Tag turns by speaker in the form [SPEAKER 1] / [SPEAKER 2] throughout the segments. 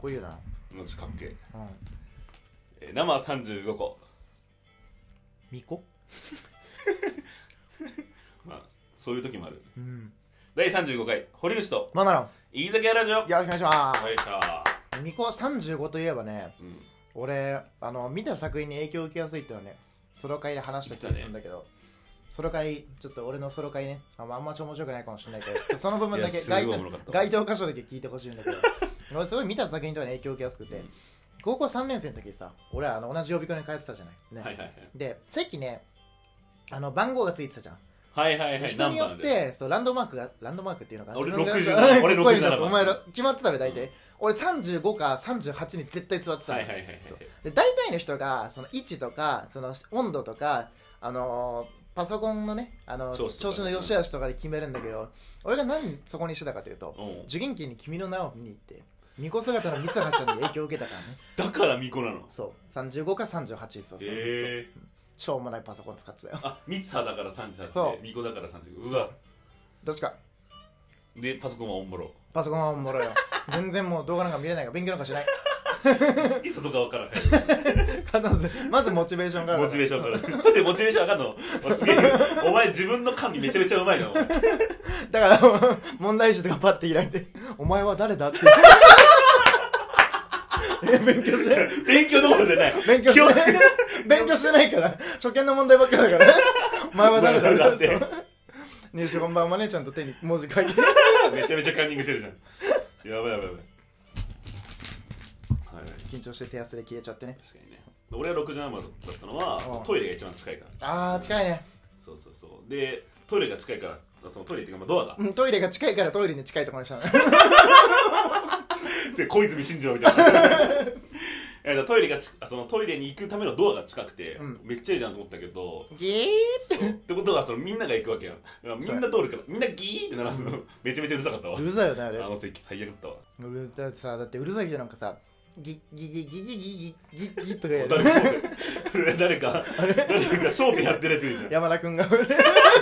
[SPEAKER 1] こいいよな
[SPEAKER 2] マジかっけえ
[SPEAKER 1] うん
[SPEAKER 2] えー生35個
[SPEAKER 1] 巫女
[SPEAKER 2] まあそういう時もある
[SPEAKER 1] うん
[SPEAKER 2] 第35回堀内と
[SPEAKER 1] マナロ
[SPEAKER 2] 飯崎屋ラジオ
[SPEAKER 1] ンよろしくお願いします、
[SPEAKER 2] はいさあ
[SPEAKER 1] 巫女35といえばね
[SPEAKER 2] うん
[SPEAKER 1] 俺あの見た作品に影響を受けやすいってのはねソロ会で話した気がするんだけど、ソロ会ちょっと俺のソロ会ねあ,、まあ、あんまちょ面白くないかもしれない けどその部分だ
[SPEAKER 2] い
[SPEAKER 1] け
[SPEAKER 2] やすごい
[SPEAKER 1] 該
[SPEAKER 2] お
[SPEAKER 1] 当
[SPEAKER 2] もろかった
[SPEAKER 1] 該当箇所だけ聞いてほしいんだけど俺すごい見た作品とかに影響を受けやすくて、
[SPEAKER 2] うん
[SPEAKER 1] 高校3年生の時さ俺はあの同じ予備校に通ってたじゃない、ね
[SPEAKER 2] はいはい
[SPEAKER 1] で席ねあの番号がついてたじゃん
[SPEAKER 2] はいはいはいはい
[SPEAKER 1] 人によっ
[SPEAKER 2] で
[SPEAKER 1] てそうランドマークがランドマークっていうのかな
[SPEAKER 2] 俺
[SPEAKER 1] 自分が
[SPEAKER 2] 60
[SPEAKER 1] そう
[SPEAKER 2] だ
[SPEAKER 1] うん
[SPEAKER 2] 俺
[SPEAKER 1] ここにいたやつ
[SPEAKER 2] 67番
[SPEAKER 1] お前ら決まってたべ大体、俺35か38に絶対座ってたの
[SPEAKER 2] はいはいはいはい
[SPEAKER 1] そうで大体の人がその位置とかその温度とかあのーパソコンのね、あのー
[SPEAKER 2] 調
[SPEAKER 1] 調子
[SPEAKER 2] 子とかね
[SPEAKER 1] の良し悪しとかで決めるんだけど、俺が何そこにしてたかというと、
[SPEAKER 2] うん
[SPEAKER 1] 受験期に君の名を見に行って、巫女姿の三橋さんに影響を受けたからね。
[SPEAKER 2] だから巫女なの
[SPEAKER 1] そう、35か38ですよ、そうずっ
[SPEAKER 2] ええ
[SPEAKER 1] としょうもないパソコン使ってたよ。
[SPEAKER 2] あ三葉だから38で
[SPEAKER 1] そう
[SPEAKER 2] 巫女だから35うわ
[SPEAKER 1] どっちか、
[SPEAKER 2] でパソコンはオンボロ
[SPEAKER 1] パソコンはおもろいよ。全然もう動画なんか見れないから勉強なんかしない。
[SPEAKER 2] 好き外側から
[SPEAKER 1] まずまずモチベーションからだ
[SPEAKER 2] モ
[SPEAKER 1] か
[SPEAKER 2] チ
[SPEAKER 1] ら、
[SPEAKER 2] ベーションからそれでモチベーション上がんのおすげえお前自分の管理めちゃめちゃうま いなお前
[SPEAKER 1] だから、問題集とかパッて開いて、お前は誰だって。え勉強して、
[SPEAKER 2] 勉強どころじゃない
[SPEAKER 1] 勉強
[SPEAKER 2] 記憶
[SPEAKER 1] して、勉強してないから、初見の問題ばっかりだから、お前は誰
[SPEAKER 2] お前は
[SPEAKER 1] だっ
[SPEAKER 2] 誰
[SPEAKER 1] て
[SPEAKER 2] だっ。
[SPEAKER 1] 入試本番はね、ちゃんと手に文字書いて。
[SPEAKER 2] めちゃめちゃカンニングしてるじゃんやばいやばいやばいはい
[SPEAKER 1] 緊張して手汗で消えちゃってね。
[SPEAKER 2] 確かにね俺は6時半までだったのは
[SPEAKER 1] うん
[SPEAKER 2] トイレが一番近いから
[SPEAKER 1] あー、近いね。
[SPEAKER 2] そうそうそうでトイレが近いからそのトイレっていうかまあド アが
[SPEAKER 1] うん、トイレが近いからトイレに近いところにしたの。
[SPEAKER 2] すげえ小泉進次郎みたい ないやだからトイレがちあそのトイレに行くためのドアが近くて、
[SPEAKER 1] うん
[SPEAKER 2] めっちゃいいじゃんと思ったけど
[SPEAKER 1] ギー
[SPEAKER 2] そうってことはそのみんなが行くわけやんだからみんな通るからみんなギーって鳴らすの、めちゃめちゃうるさかったわ
[SPEAKER 1] うるさいよね、あ
[SPEAKER 2] あ
[SPEAKER 1] れ。
[SPEAKER 2] の席最悪だったわ
[SPEAKER 1] うるだってさ、だってうるさい人なんかさ、ギギギギギギギギギとかやる。
[SPEAKER 2] 誰か誰か誰 か商店やってるやついるじゃん
[SPEAKER 1] 山田くんが。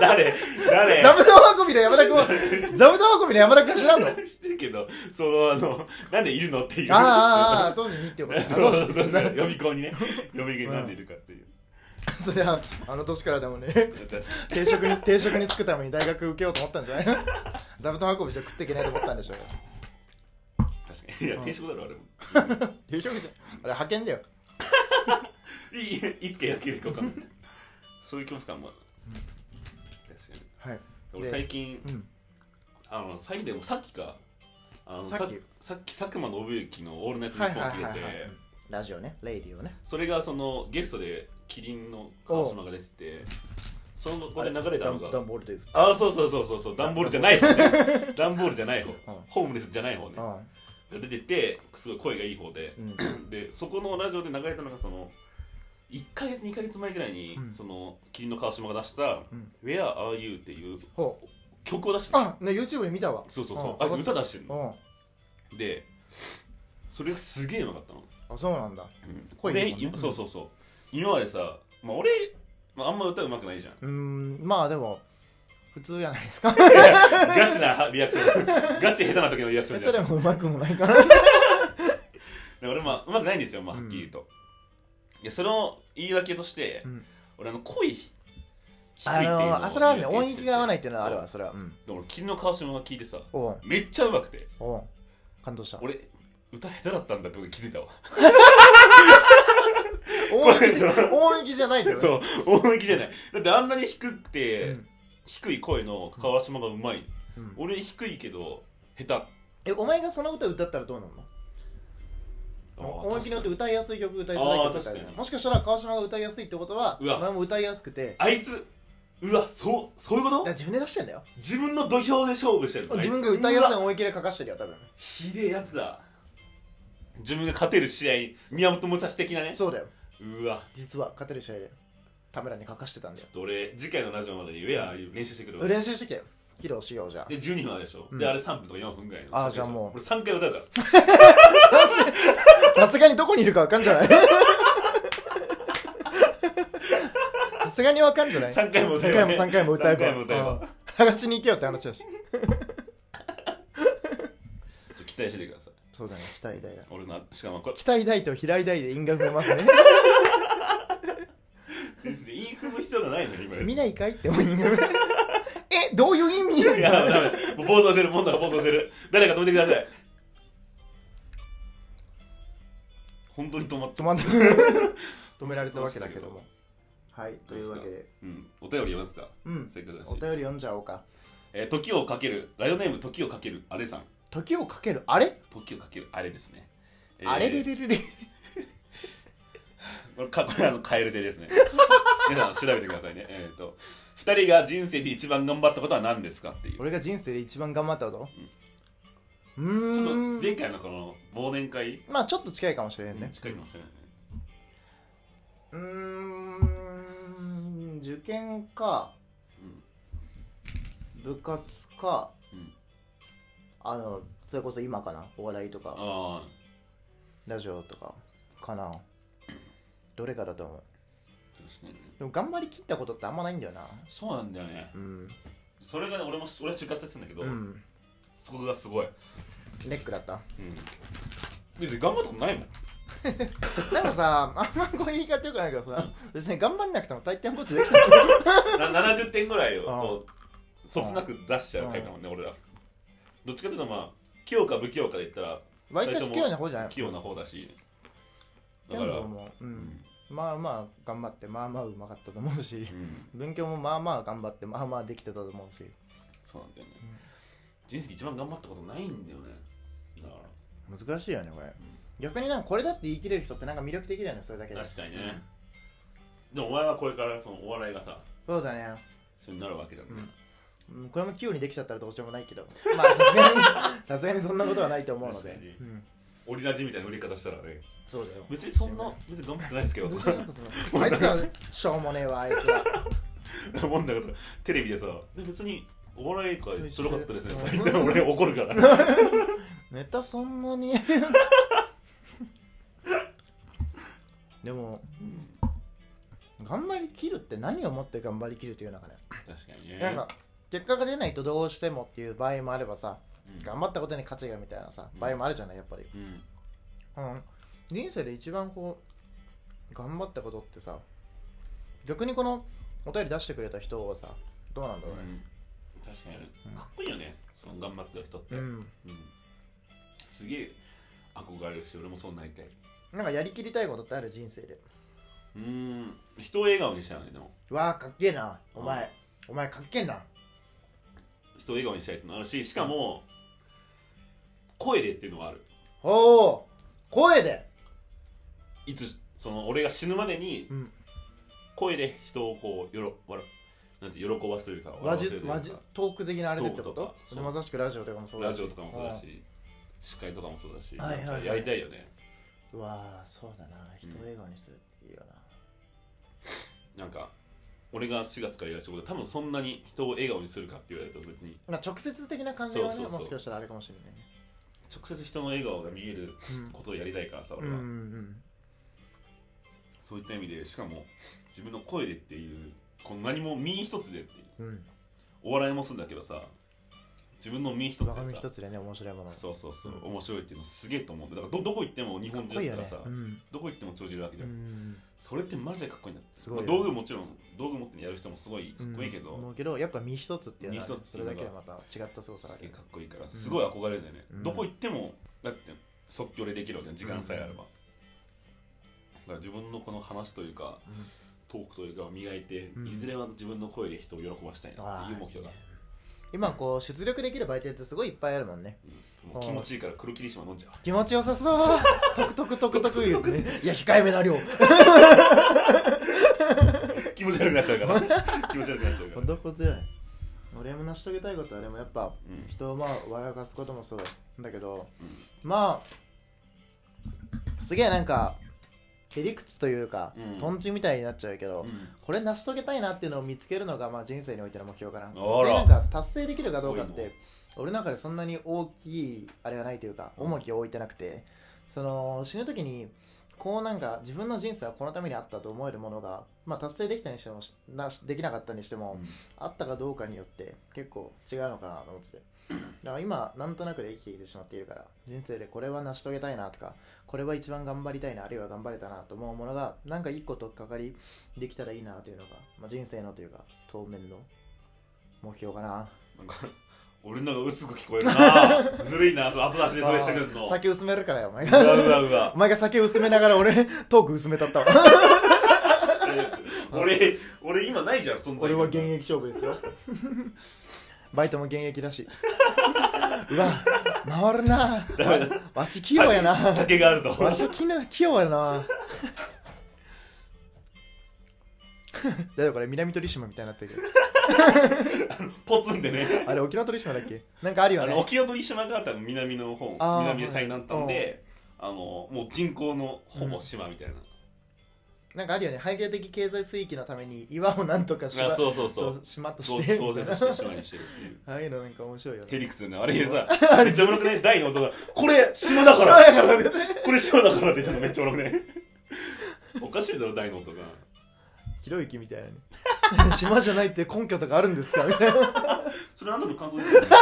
[SPEAKER 2] 誰誰
[SPEAKER 1] 座布団運びの山田君 は、座布団運びの山田君知らんのあー
[SPEAKER 2] 知ってるけどそのあのなんでいるのっていう
[SPEAKER 1] あーあー、当時にってよかっ
[SPEAKER 2] そ
[SPEAKER 1] た。
[SPEAKER 2] う
[SPEAKER 1] 当
[SPEAKER 2] そうそう
[SPEAKER 1] 時
[SPEAKER 2] 予備校にね予備校になんでいるかっていう、
[SPEAKER 1] そりゃ、あの年からでもね、
[SPEAKER 2] 確かに
[SPEAKER 1] 定職に、定職に就くために大学受けようと思ったんじゃないの 座布団運びじゃ食っていけないと思ったんでしょ。
[SPEAKER 2] 確かにいや転職だろあれも
[SPEAKER 1] 定職じゃ、あれ派遣だよ。
[SPEAKER 2] いいいつ契約切るか分かんないそういう恐怖感もある確かに
[SPEAKER 1] はい。
[SPEAKER 2] 俺
[SPEAKER 1] で
[SPEAKER 2] 最近
[SPEAKER 1] うん。
[SPEAKER 2] あの最近でもさっきかあの
[SPEAKER 1] さ
[SPEAKER 2] さ
[SPEAKER 1] っ
[SPEAKER 2] っ
[SPEAKER 1] き
[SPEAKER 2] きさっき佐久間信之の「オールナイトニ
[SPEAKER 1] はい
[SPEAKER 2] ッ
[SPEAKER 1] はい
[SPEAKER 2] ポン」切れ
[SPEAKER 1] はい
[SPEAKER 2] て
[SPEAKER 1] はい。ラジオね、レイディオね。
[SPEAKER 2] それがそのゲストでキリンの川島が出ててそのこで流れたの
[SPEAKER 1] ダンダ
[SPEAKER 2] が
[SPEAKER 1] ンボールです。
[SPEAKER 2] ああそうそうそうそうそうダンボールじゃない方 ねダンボールじゃない方
[SPEAKER 1] ん
[SPEAKER 2] ホームレスじゃない方ねが
[SPEAKER 1] あ
[SPEAKER 2] 出ててすごい声がいい方で
[SPEAKER 1] うん。
[SPEAKER 2] でそこのラジオで流れたのがその1ヶ月2ヶ月前ぐらいに、
[SPEAKER 1] うん
[SPEAKER 2] そのキリンの川島が出した
[SPEAKER 1] うん
[SPEAKER 2] 「Where Are You」っていう
[SPEAKER 1] ほう。
[SPEAKER 2] 曲を出したの
[SPEAKER 1] あ、ね、YouTube で見たわ。
[SPEAKER 2] そうそうそう、
[SPEAKER 1] ん
[SPEAKER 2] あいつ歌出してる
[SPEAKER 1] う
[SPEAKER 2] の、
[SPEAKER 1] ん。
[SPEAKER 2] でそれがすげえうまかったの、
[SPEAKER 1] あ、そうなんだ。
[SPEAKER 2] こ
[SPEAKER 1] 声
[SPEAKER 2] れ
[SPEAKER 1] いいもんね
[SPEAKER 2] そうそうそう今までさ、まあ、俺、まあ、あんま歌うまくな いじゃん
[SPEAKER 1] うーん、まあでも、普通じゃないですか。
[SPEAKER 2] ガチなリアクションガチ下手な時のリアクショ
[SPEAKER 1] 下
[SPEAKER 2] ンじゃ
[SPEAKER 1] 手で
[SPEAKER 2] んだか
[SPEAKER 1] もうまくもないかな。
[SPEAKER 2] ら俺まあうまくないんですよ、まあ、はっきり言うと、いやその言い訳として、
[SPEAKER 1] うん
[SPEAKER 2] 俺あの声ひ低いっ
[SPEAKER 1] あ
[SPEAKER 2] ていうのを
[SPEAKER 1] のー、あそれはあるね
[SPEAKER 2] 言い
[SPEAKER 1] 音
[SPEAKER 2] 訳にして
[SPEAKER 1] 域が合わないっていうのはある
[SPEAKER 2] そう
[SPEAKER 1] わそれはうん
[SPEAKER 2] でも俺君の川島が聞いてさ
[SPEAKER 1] おう
[SPEAKER 2] めっちゃうまくて
[SPEAKER 1] おう感動した
[SPEAKER 2] 俺歌下手だったんだってことに気づいたわ
[SPEAKER 1] 音域
[SPEAKER 2] これそ
[SPEAKER 1] 音域じゃないけどね
[SPEAKER 2] そう音域じゃないだってあんなに低く
[SPEAKER 1] う
[SPEAKER 2] て、
[SPEAKER 1] ん
[SPEAKER 2] 低い声の川島がうまい、
[SPEAKER 1] うん
[SPEAKER 2] 俺低いけど下
[SPEAKER 1] えお前がその歌歌ったらどうなる
[SPEAKER 2] 手
[SPEAKER 1] の音域によって
[SPEAKER 2] 確か
[SPEAKER 1] 歌いやすい曲歌いづらい曲歌
[SPEAKER 2] あー
[SPEAKER 1] い
[SPEAKER 2] 確かに
[SPEAKER 1] もしかしたら川島が歌いやすいってことはお
[SPEAKER 2] うわ
[SPEAKER 1] 前も歌いやすくてだか
[SPEAKER 2] あいつうわそうそういうこ
[SPEAKER 1] ら
[SPEAKER 2] と
[SPEAKER 1] 自分で出してんだよ
[SPEAKER 2] 自分の土俵で勝負してるのあいつ
[SPEAKER 1] 自分が歌いやすいう
[SPEAKER 2] わ
[SPEAKER 1] 音域で書かしてるよ多分
[SPEAKER 2] ひでえやつだ自分が勝てる試合宮本武蔵的なね
[SPEAKER 1] そうだよ
[SPEAKER 2] うわ
[SPEAKER 1] 実は勝てる試合で田村に書かしてたんだ
[SPEAKER 2] ちょ
[SPEAKER 1] よ
[SPEAKER 2] っと俺次回のラジオまでにウェア練習してくるわ
[SPEAKER 1] 練習してきてよ披露しようじゃあ
[SPEAKER 2] で12分あるでしょ、
[SPEAKER 1] うん
[SPEAKER 2] であれ3分とか4分ぐらいの
[SPEAKER 1] あーじゃあもう
[SPEAKER 2] 俺3回歌うから
[SPEAKER 1] さすがにどこにいるかわかんじゃないさすがにわかんじゃない
[SPEAKER 2] 3回も歌え
[SPEAKER 1] 2
[SPEAKER 2] ば、
[SPEAKER 1] 回
[SPEAKER 2] ね、
[SPEAKER 1] も3回も歌えば
[SPEAKER 2] 3回も歌えば
[SPEAKER 1] うん探しに行けよって話だし
[SPEAKER 2] ちょっと期待しててください
[SPEAKER 1] そうだね期待大だ
[SPEAKER 2] 俺のしかもこれ
[SPEAKER 1] 期待大と平井大で因果踏めますね
[SPEAKER 2] 全然インフむ必要がないのよ今
[SPEAKER 1] 見
[SPEAKER 2] な
[SPEAKER 1] ないかいって思いながらえどういう意味
[SPEAKER 2] いやダメもう暴走してる問題が暴走してる誰か止めてください本当に止まった
[SPEAKER 1] 止まんない止められたわけだけどもはいというわけで
[SPEAKER 2] うん、お便り読みますか
[SPEAKER 1] うん
[SPEAKER 2] せっかくだし
[SPEAKER 1] お便り読んじゃおうか
[SPEAKER 2] えー時をかけるラジオネーム時をかけるあれさん
[SPEAKER 1] 時をかけるあれ、
[SPEAKER 2] 時をかけるあれですね、えー
[SPEAKER 1] あれれれれれ
[SPEAKER 2] これかこれあのカエル手です ね皆さん調べてくださいねえっ、と2人が人生で一番頑張ったことは何ですかっていう
[SPEAKER 1] 俺が人生で一番頑張ったことう
[SPEAKER 2] ちょっと
[SPEAKER 1] ーん
[SPEAKER 2] 前回のこの忘年会
[SPEAKER 1] まあちょっと近いかもしれんね
[SPEAKER 2] 近いかもしれないね
[SPEAKER 1] うーん受験か
[SPEAKER 2] うん
[SPEAKER 1] 部活か、
[SPEAKER 2] うん
[SPEAKER 1] あのそれこそ今かなお笑いとか
[SPEAKER 2] ああ
[SPEAKER 1] ラジオとかかなどれかだと思う
[SPEAKER 2] 確かにね
[SPEAKER 1] でも頑張りきったことってあんまないんだよな
[SPEAKER 2] そうなんだよね
[SPEAKER 1] うん、
[SPEAKER 2] それがね俺も俺は就活やってたんだけど、
[SPEAKER 1] うん、
[SPEAKER 2] そこがすごい、
[SPEAKER 1] ネックだった
[SPEAKER 2] うん、別に頑張ったことないもん
[SPEAKER 1] なんかさあんまこう言い方よくないけどさ別に頑張んなくても大抵のこと できた
[SPEAKER 2] な70点ぐらいを
[SPEAKER 1] ああ
[SPEAKER 2] こうそつなく出しちゃうタイプだもんね俺らどっちかというとまあ器用か不器用かで言ったら
[SPEAKER 1] 割と器用な方じゃない
[SPEAKER 2] 器用な方だしだ
[SPEAKER 1] 剣
[SPEAKER 2] から、
[SPEAKER 1] 道
[SPEAKER 2] う
[SPEAKER 1] も、うん
[SPEAKER 2] ん、
[SPEAKER 1] まあまあ頑張ってまあまあうまかったと思うし
[SPEAKER 2] うん
[SPEAKER 1] 勉強もまあまあ頑張ってまあまあできてたと思うし
[SPEAKER 2] そうなんだよね、
[SPEAKER 1] うん
[SPEAKER 2] 人生で一番頑張ったことないんだよねだか
[SPEAKER 1] 難しいよねこれ逆になんかこれだって言い切れる人ってなんか魅力的だよねそれだけで
[SPEAKER 2] ら確かにね、でもお前はこれからそのお笑いがさ
[SPEAKER 1] そうだね
[SPEAKER 2] そうになるわけだもんね、
[SPEAKER 1] うんこれも器用にできちゃったらどうしようもないけ どまあさすがにさすがに そんなことはないと思うので
[SPEAKER 2] 確かに
[SPEAKER 1] うん
[SPEAKER 2] オリラジみたいな売り方したらね
[SPEAKER 1] そうだよ
[SPEAKER 2] 別にそんな別に頑張ってないですけ ど
[SPEAKER 1] そんなことそんなあいつはしょうもねえわあいつは
[SPEAKER 2] 思うんだけどテレビでさで別にお笑い界ちょろかったですね
[SPEAKER 1] うん
[SPEAKER 2] とか言ったら俺怒るから
[SPEAKER 1] ネタそんなにでも頑張りきるって何をもって頑張りきるというのかね、
[SPEAKER 2] 確かにね
[SPEAKER 1] なんか結果が出ないとどうしてもっていう場合もあればさ
[SPEAKER 2] うん
[SPEAKER 1] 頑張ったことに価値がみたいなさ
[SPEAKER 2] うん
[SPEAKER 1] 場合もあるじゃないやっぱり、
[SPEAKER 2] うん
[SPEAKER 1] うん、人生で一番こう頑張ったことってさ逆にこのお便り出してくれた人をさどうなんだろうね
[SPEAKER 2] 確かにかっこいいよねその頑張ってる人って、
[SPEAKER 1] うん、
[SPEAKER 2] うんすげえ憧れるし俺もそうなりたい
[SPEAKER 1] なんかやりきりたいことってある人生で
[SPEAKER 2] うん人を笑顔にしたいよねでも
[SPEAKER 1] わあかっけえなお前、お前かっけえな
[SPEAKER 2] 人を笑顔にしたいってのもあるししかも声でっていうのはある
[SPEAKER 1] おお声で
[SPEAKER 2] いつその俺が死ぬまでに
[SPEAKER 1] うん
[SPEAKER 2] 声で人をこうよろ笑なんて喜ばせるか
[SPEAKER 1] 和
[SPEAKER 2] 笑わせ
[SPEAKER 1] 術
[SPEAKER 2] る
[SPEAKER 1] 和
[SPEAKER 2] か
[SPEAKER 1] 術トーク的なあれでってこ
[SPEAKER 2] トー
[SPEAKER 1] と
[SPEAKER 2] クとか
[SPEAKER 1] それまさしくラジオとかもそうだ
[SPEAKER 2] ラ
[SPEAKER 1] し
[SPEAKER 2] ジオとかもそうだし司会とかもそうだし、
[SPEAKER 1] はいはいはい
[SPEAKER 2] やりたいよね
[SPEAKER 1] うんうわあそうだな人を笑顔にするっていいよな、
[SPEAKER 2] なんか俺が4月からやる仕事多分そんなに人を笑顔にするかって言われると別に
[SPEAKER 1] まあ、直接的な感じはね
[SPEAKER 2] そうそうそう
[SPEAKER 1] もしかしたらあれかもしれないね
[SPEAKER 2] 直接人の笑顔が見える
[SPEAKER 1] うん
[SPEAKER 2] ことをやりたいからさ
[SPEAKER 1] う
[SPEAKER 2] 俺
[SPEAKER 1] ん
[SPEAKER 2] は、
[SPEAKER 1] うん
[SPEAKER 2] そういった意味でしかも自分の声でっていうこの何も身一つでってい
[SPEAKER 1] う
[SPEAKER 2] う
[SPEAKER 1] ん
[SPEAKER 2] お笑いもするんだけどさ自分の身一つ
[SPEAKER 1] 我が身
[SPEAKER 2] でさ
[SPEAKER 1] 一つでね面白いもの
[SPEAKER 2] そうそうそう面白いっていうのすげえと思うんだだからどどこ行っても日本人
[SPEAKER 1] かっこいい
[SPEAKER 2] だ
[SPEAKER 1] よ
[SPEAKER 2] から
[SPEAKER 1] ね
[SPEAKER 2] さ、
[SPEAKER 1] うん
[SPEAKER 2] どこ行っても通じるわけじ
[SPEAKER 1] う
[SPEAKER 2] ゃん、
[SPEAKER 1] ん
[SPEAKER 2] それってマジでかっこいいんだって
[SPEAKER 1] すごいよね
[SPEAKER 2] まあ道具もちろん道具持ってやる人もすごいかっこいいけど、
[SPEAKER 1] 思うけどやっぱ身一つっていうのはね
[SPEAKER 2] 身一つって
[SPEAKER 1] そ
[SPEAKER 2] いう
[SPEAKER 1] れ
[SPEAKER 2] の
[SPEAKER 1] だ
[SPEAKER 2] が
[SPEAKER 1] けでまた違ったすごさがあ
[SPEAKER 2] すげえ
[SPEAKER 1] る
[SPEAKER 2] かっこいいからすごい憧れるんだよね、
[SPEAKER 1] うん
[SPEAKER 2] どこ行ってもだって即興でできるわけじゃん時間さえあれば、だから自分のこの話というかトークというかを磨いて、
[SPEAKER 1] うん
[SPEAKER 2] いずれは自分の声で人を喜ばしたいなっていう目標が、
[SPEAKER 1] 今こう出力できる媒体ってすごいいっぱいあるもんね
[SPEAKER 2] うんもう気持ちいいから黒霧島飲んじゃ
[SPEAKER 1] 気持ちよさ そうトクトクトクトク言うてねいや控えめな量
[SPEAKER 2] う気持ち悪くなっちゃうから気持ち悪くなっちゃうか
[SPEAKER 1] ほ
[SPEAKER 2] ら
[SPEAKER 1] んとことや俺も成し遂げたいことはでもやっぱ
[SPEAKER 2] うん
[SPEAKER 1] 人をまあ笑かすこともそうだけど
[SPEAKER 2] うん
[SPEAKER 1] まあすげえなんかへりくつというか、
[SPEAKER 2] うん
[SPEAKER 1] とんちみたいになっちゃうけど、
[SPEAKER 2] うん
[SPEAKER 1] これ成し遂げたいなっていうのを見つけるのがまあ人生においての目標かな
[SPEAKER 2] あら
[SPEAKER 1] なんか達成できるかどうかっ
[SPEAKER 2] すごい
[SPEAKER 1] て俺の中でそんなに大きいあれがないというか
[SPEAKER 2] うん
[SPEAKER 1] 重きを置いてなくてその死ぬ時にこうなんか自分の人生はこのためにあったと思えるものが、まあ、達成できたにしてもしなしできなかったにしても、あったかどうかによって結構違うのかなと思っててだから今なんとなくで生きてきてしまっているから人生でこれは成し遂げたいなとかこれは一番頑張りたいなあるいは頑張れたなと思うものがなんか一個取っかかりできたらいいなというのが、まあ、人生のというか当面の目標かな
[SPEAKER 2] なんか俺のが薄く聞こえる なずるいなその後出しでそれしてくんの
[SPEAKER 1] 先薄めるからよお前
[SPEAKER 2] う
[SPEAKER 1] が
[SPEAKER 2] わうわうわ
[SPEAKER 1] お前が先薄めながら俺トーク薄めたったわ
[SPEAKER 2] 俺俺今ないじゃん存在感
[SPEAKER 1] 俺は現役勝負ですよ バイトも現役だ しうわ回るな
[SPEAKER 2] ダメだ
[SPEAKER 1] わし器用やな
[SPEAKER 2] 酒酒があると
[SPEAKER 1] わしは器用器用やなだよこれ南鳥島みたいになってるけど
[SPEAKER 2] ポツンでね
[SPEAKER 1] あれ沖縄鳥島だっけなんかあるよ
[SPEAKER 2] あの
[SPEAKER 1] ね
[SPEAKER 2] 沖縄と島が多分南の方
[SPEAKER 1] あー
[SPEAKER 2] 南で最南端で、あのもう人口のほぼ島みたいな、
[SPEAKER 1] なんかあるよね排外的経済水域のために岩をなんとか島
[SPEAKER 2] あそうそうそう
[SPEAKER 1] と島と
[SPEAKER 2] そう
[SPEAKER 1] して
[SPEAKER 2] 騒然として島にしてるっ ていう
[SPEAKER 1] ああいうのなんか面白いよ
[SPEAKER 2] ヘ
[SPEAKER 1] ね
[SPEAKER 2] リクスのあれさめっちゃおもろくね大の音がこれ島だから
[SPEAKER 1] 島やからね
[SPEAKER 2] これ島だからって言ったのめっちゃおもろくねおかしいだろ大の音が
[SPEAKER 1] ひろゆきみたいなね 島じゃないって根拠とかあるんですかみたいな
[SPEAKER 2] それあんたの感想ですよねこ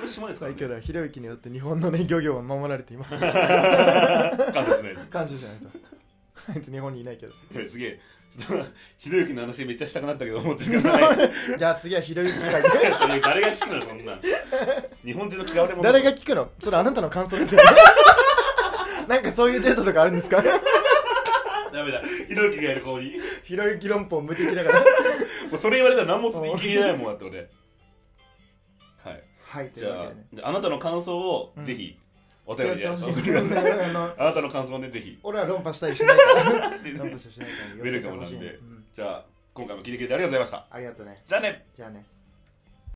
[SPEAKER 2] れ島ですから、
[SPEAKER 1] 最
[SPEAKER 2] ね
[SPEAKER 1] 強、だひろゆきによって日本のね漁業は守られて います
[SPEAKER 2] 感想しない
[SPEAKER 1] 感謝じゃ ないとあいつ日本にいないけど
[SPEAKER 2] いやすげえちょっとひろゆきの話めっちゃしたくなったけどもう時間がない
[SPEAKER 1] じゃあ次はひろゆき会
[SPEAKER 2] それ誰が聞くのよそんな日本中の嫌われ者
[SPEAKER 1] 誰が聞くのそれあなたの感想ですよね なんかそういうデータとかあるん ですか
[SPEAKER 2] ダメだひろゆきがやる顔に
[SPEAKER 1] ひろゆき論法無敵だから
[SPEAKER 2] もうそれ言われたら何もついけないもんだって俺はい
[SPEAKER 1] はいとい
[SPEAKER 2] じ
[SPEAKER 1] うわ
[SPEAKER 2] ゃ
[SPEAKER 1] けでね
[SPEAKER 2] ああなたの感想をぜひお便りで
[SPEAKER 1] やって
[SPEAKER 2] 送
[SPEAKER 1] ほ
[SPEAKER 2] っ
[SPEAKER 1] し
[SPEAKER 2] て
[SPEAKER 1] い
[SPEAKER 2] ください
[SPEAKER 1] あの
[SPEAKER 2] あなたの感想をねぜひ
[SPEAKER 1] 俺は論破したりしないから 論破したりしないから
[SPEAKER 2] ウェルカムなんで
[SPEAKER 1] うん
[SPEAKER 2] じゃあ今回も聞いてくれてありがとうございました
[SPEAKER 1] ありがとうね
[SPEAKER 2] じゃあね
[SPEAKER 1] じゃあね